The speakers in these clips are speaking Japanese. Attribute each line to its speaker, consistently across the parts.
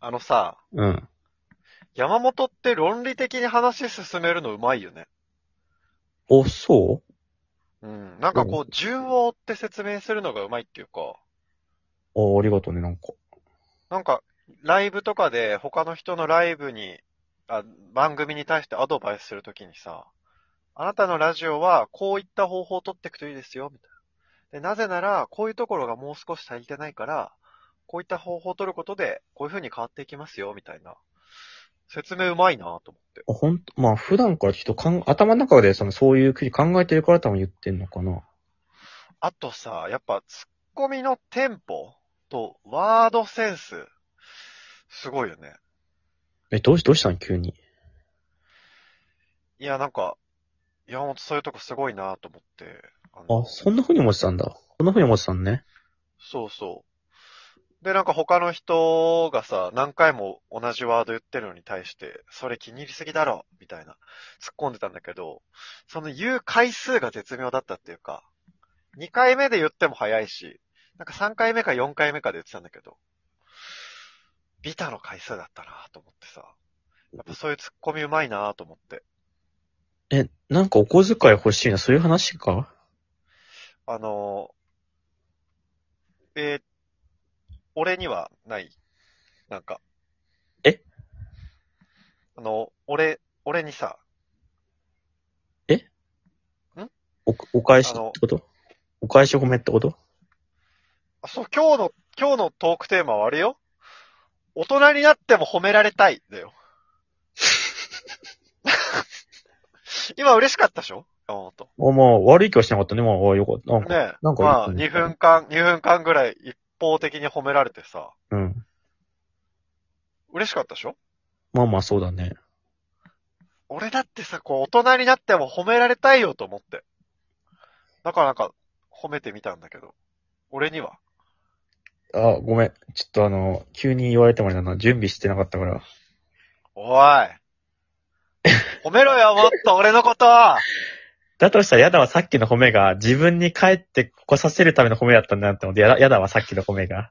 Speaker 1: あのさ、
Speaker 2: うん。
Speaker 1: 山本って論理的に話進めるのうまいよね。
Speaker 2: お、そ
Speaker 1: うん。なんかこう、順を追って説明するのがうまいっていうか、
Speaker 2: うあありがとうね、なんか。
Speaker 1: なんか、ライブとかで他の人のライブに、あ番組に対してアドバイスするときにさ、あなたのラジオはこういった方法を取っていくといいですよ、みたいな。で、なぜなら、こういうところがもう少し足りてないから、こういった方法を取ることで、こういう風に変わっていきますよ、みたいな。説明うまいなと思って。
Speaker 2: あほんと、まあ普段からちょっとかん、頭の中でそのそういう記事考えてるから多分言ってんのかな。
Speaker 1: あとさ、やっぱツッコミのテンポとワードセンス、すごいよね。
Speaker 2: え、どうし、どうしたの急に。
Speaker 1: いや、なんか、山本そういうとこすごいなと思って。あの
Speaker 2: あ、そんな風に思ってたんだ。そんな風に思ってたんね。
Speaker 1: そうそう。で、なんか他の人がさ、何回も同じワード言ってるのに対して、それ気に入りすぎだろみたいな、突っ込んでたんだけど、その言う回数が絶妙だったっていうか、2回目で言っても早いし、なんか3回目か4回目かで言ってたんだけど、ビタの回数だったなと思ってさ、やっぱそういう突っ込みうまいなと思って。
Speaker 2: え、なんかお小遣い欲しいな、そういう話か
Speaker 1: あのー、えー俺にはない。なんか。
Speaker 2: え
Speaker 1: あの、俺、俺にさ、
Speaker 2: お、お返しっ
Speaker 1: あの
Speaker 2: てことお返し褒めってこと
Speaker 1: あ、そう、今日の、今日のトークテーマはあれよ大人になっても褒められたい、だよ。 今嬉しかったでしょ山本。
Speaker 2: あ、まあ悪い気はしなかったね。まあ、あよかった。なんか、
Speaker 1: ねえ。
Speaker 2: なんか
Speaker 1: まあ、
Speaker 2: いい
Speaker 1: 2
Speaker 2: ね
Speaker 1: 分間、2分間ぐらい一方的に褒められてさ、
Speaker 2: うん。
Speaker 1: 嬉しかったでしょ
Speaker 2: まあまあそうだね。
Speaker 1: 俺だってさ、こう、大人になっても褒められたいよと思って。だからなんか、褒めてみたんだけど。俺には。
Speaker 2: あ、ごめん。ちょっとあの、急に言われてもあれだな。準備してなかったから。
Speaker 1: おい。褒めろよ、もっと俺のこと
Speaker 2: だとしたら、やだはさっきの褒めが、自分に帰ってこさせるための褒めだったんだなって思って、やだやだはさっきの褒めが。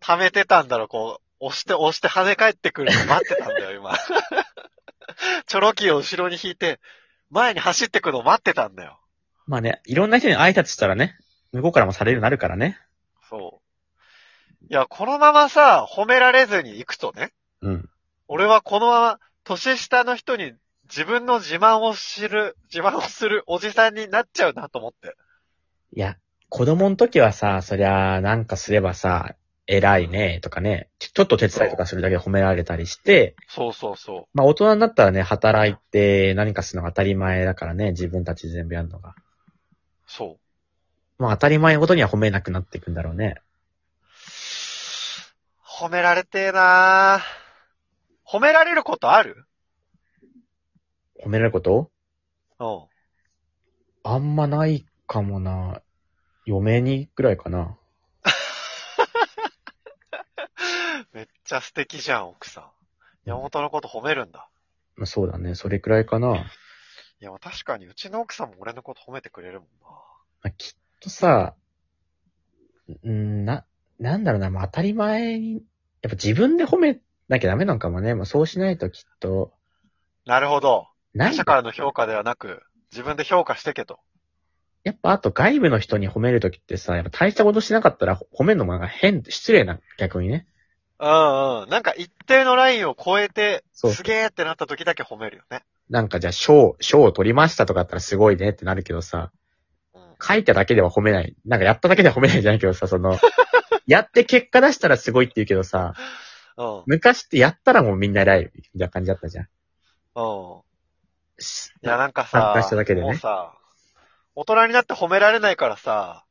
Speaker 1: 溜めてたんだろ、こう。押して押して跳ね返ってくるの待ってたんだよ、今。 チョロキーを後ろに引いて、前に走ってくの待ってたんだよ。
Speaker 2: まあね、いろんな人に挨拶したらね、向こうからもされるようになるからね。
Speaker 1: そう。いや、このままさ、褒められずに行くとね。
Speaker 2: うん。
Speaker 1: 俺はこのまま、年下の人に自分の自慢を知る、自慢をするおじさんになっちゃうなと思って。
Speaker 2: いや、子供の時はさ、そりゃ、なんかすればさ、偉いね、とかね、ちょちょっと手伝いとかするだけで褒められたりして、
Speaker 1: そうそうそ
Speaker 2: まあ大人になったらね、働いて何かするのが当たり前だからね、自分たちで全部やるのが。
Speaker 1: う。そう。
Speaker 2: まあ当たり前ごとには褒めなくなっていくんだろうね。
Speaker 1: 褒められてえなぁ褒められることある
Speaker 2: 褒められること
Speaker 1: うん。
Speaker 2: あんまないかもな。嫁にぐらいかな。
Speaker 1: めっちゃ素敵じゃん、奥さん。山本のこと褒めるんだ。
Speaker 2: まあ、そうだね。それくらいかな。ま
Speaker 1: いや、確かにうちの奥さんも俺のこと褒めてくれるもんな
Speaker 2: あきっとさ、んな、なんだろうな、まあ、当たり前に、やっぱ自分で褒めなきゃダメなんかもね。まあ、そうしないときっと、
Speaker 1: なるほど。
Speaker 2: な
Speaker 1: 他
Speaker 2: い
Speaker 1: 者からの評価ではなく、自分で評価してけと。
Speaker 2: やっぱあと外部の人に褒めるときってさ、やっぱ大したことしなかったら褒めるのもなんか変、失礼な、逆にね。
Speaker 1: うんうん。なんか一定のラインを超えて、
Speaker 2: そう
Speaker 1: すげーってなった時だけ褒めるよね。
Speaker 2: なんかじゃあ賞、賞を取りましたとかだったらすごいねってなるけどさ、
Speaker 1: うん。
Speaker 2: 書いただけでは褒めない。なんかやっただけでは褒めないじゃないけどさ、その、やって結果出したらすごいって言うけどさ、
Speaker 1: うん。
Speaker 2: 昔ってやったらもうみんな偉いみたいな感じだったじゃん。
Speaker 1: うん。
Speaker 2: し
Speaker 1: いや、なんか
Speaker 2: 参
Speaker 1: さ、
Speaker 2: 加しただけでね
Speaker 1: もうさ、大人になって褒められないからさ、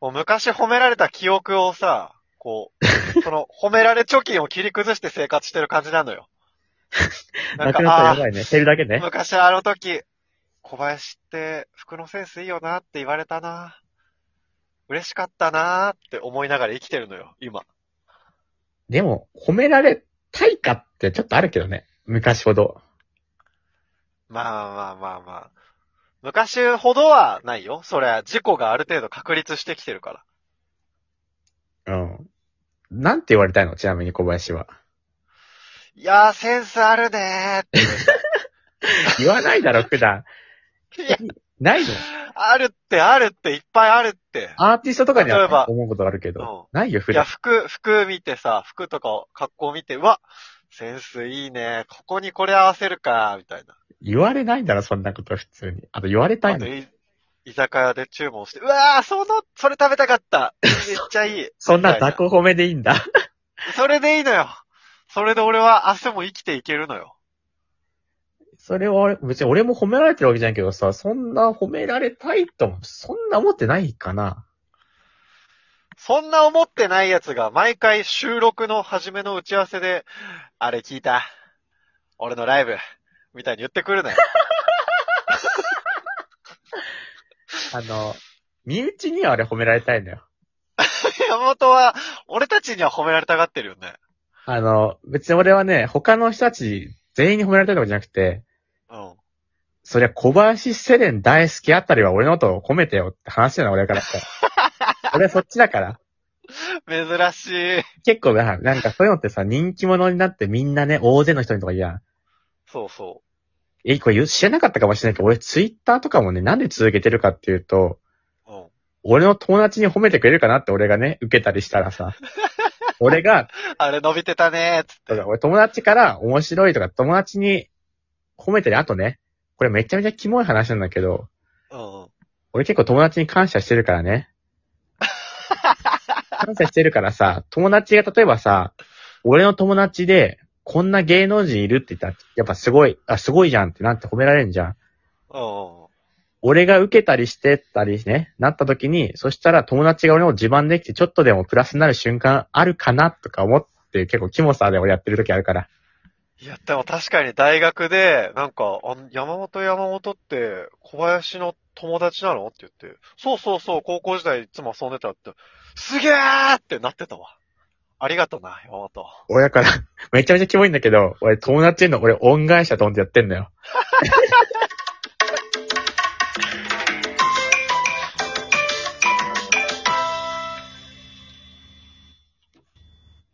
Speaker 1: もう昔褒められた記憶をさ、こ う、その褒められ貯金を切り崩して生活してる感じなのよ。なん
Speaker 2: な
Speaker 1: か
Speaker 2: く、なったら
Speaker 1: あ
Speaker 2: やばいね。減るだけ
Speaker 1: あ、
Speaker 2: ね。
Speaker 1: 昔あの時、小林って服のセンスいいよなって言われたな。嬉しかったなって思いながら生きてるのよ、今。
Speaker 2: でも、褒められたいかってちょっとあるけどね。昔ほど。
Speaker 1: まあまあまあまあ。昔ほどはないよ。そりゃ、事故がある程度確立してきてるから。
Speaker 2: うん。なんて言われたいのちなみに小林は。
Speaker 1: いやー、センスあるねーって言われ
Speaker 2: 言わないだろ、普段。
Speaker 1: いや
Speaker 2: ないの
Speaker 1: た。あるって、あるって、いっぱいあるって。
Speaker 2: アーティストとかに
Speaker 1: 例えば
Speaker 2: は思うことあるけ
Speaker 1: うん
Speaker 2: ど。ないよ、普
Speaker 1: いや、
Speaker 2: 段。
Speaker 1: 服、服見てさ、服とかを格好見て、うわ、センスいいね、ここにこれ合わせるか、みたいな。
Speaker 2: 言われないだろ、そんなこと普通に。あと言われたい
Speaker 1: あと
Speaker 2: の。
Speaker 1: い居酒屋で注文して、うわー、その、それ食べたかった。めっちゃいい。
Speaker 2: そんな
Speaker 1: みたい
Speaker 2: 雑魚褒めでいいんだ。
Speaker 1: それでいいのよ。それで俺は明日も生きていけるのよ。
Speaker 2: それは、別に俺も褒められてるわけじゃんけどさ、そんな褒められたいとも、そんな思ってないかな。
Speaker 1: そんな思ってない奴が毎回収録の初めの打ち合わせで、あれ聞いた。俺のライブ。みたいに言ってくるのよ。
Speaker 2: あの、身内には俺褒められたいんだよ。
Speaker 1: 山本は、俺たちには褒められたがってるよね。
Speaker 2: あの、別に俺はね、他の人たち全員に褒められたいとかじゃなくて、
Speaker 1: うん。
Speaker 2: そりゃ小林セレン大好きあたりは俺のことを褒めてよって話だな、俺からしたら。俺はそっちだから。
Speaker 1: 珍しい。
Speaker 2: 結構な、なんかそういうのってさ、人気者になってみんなね、大勢の人にとか言うやん。
Speaker 1: そうそ
Speaker 2: え、これ言う知らなかったかもしれないけど、俺ツイッターとかもね、なんで続けてるかっていうと、
Speaker 1: う。うん。
Speaker 2: 俺の友達に褒めてくれるかなって俺がね、受けたりしたらさ、俺が、
Speaker 1: あれ伸びてたねー、つって。
Speaker 2: 俺友達から面白いとか友達に褒めてる。あとね、これめちゃめちゃキモい話なんだけど、
Speaker 1: うんうん。
Speaker 2: 俺結構友達に感謝してるからね。感謝してるからさ、友達が例えばさ、俺の友達で、こんな芸能人いるって言ったら、やっぱすごい、あ、すごいじゃんってなって褒められるじゃん。
Speaker 1: うんうん。
Speaker 2: 俺が受けたりしてたりね、なった時に、そしたら友達が俺を自慢できて、ちょっとでもプラスになる瞬間あるかなとか思って、結構キモさで俺やってる時あるから。
Speaker 1: いや、でも確かに大学で、なんか、あの山本山本って小林の友達なのって言って、そうそうそう、高校時代いつも遊んでたって、すげーってなってたわ。ありがとな、山本。
Speaker 2: 俺だから、めちゃめちゃキモいんだけど、俺友達への俺恩返しだと思ってやってんだよ。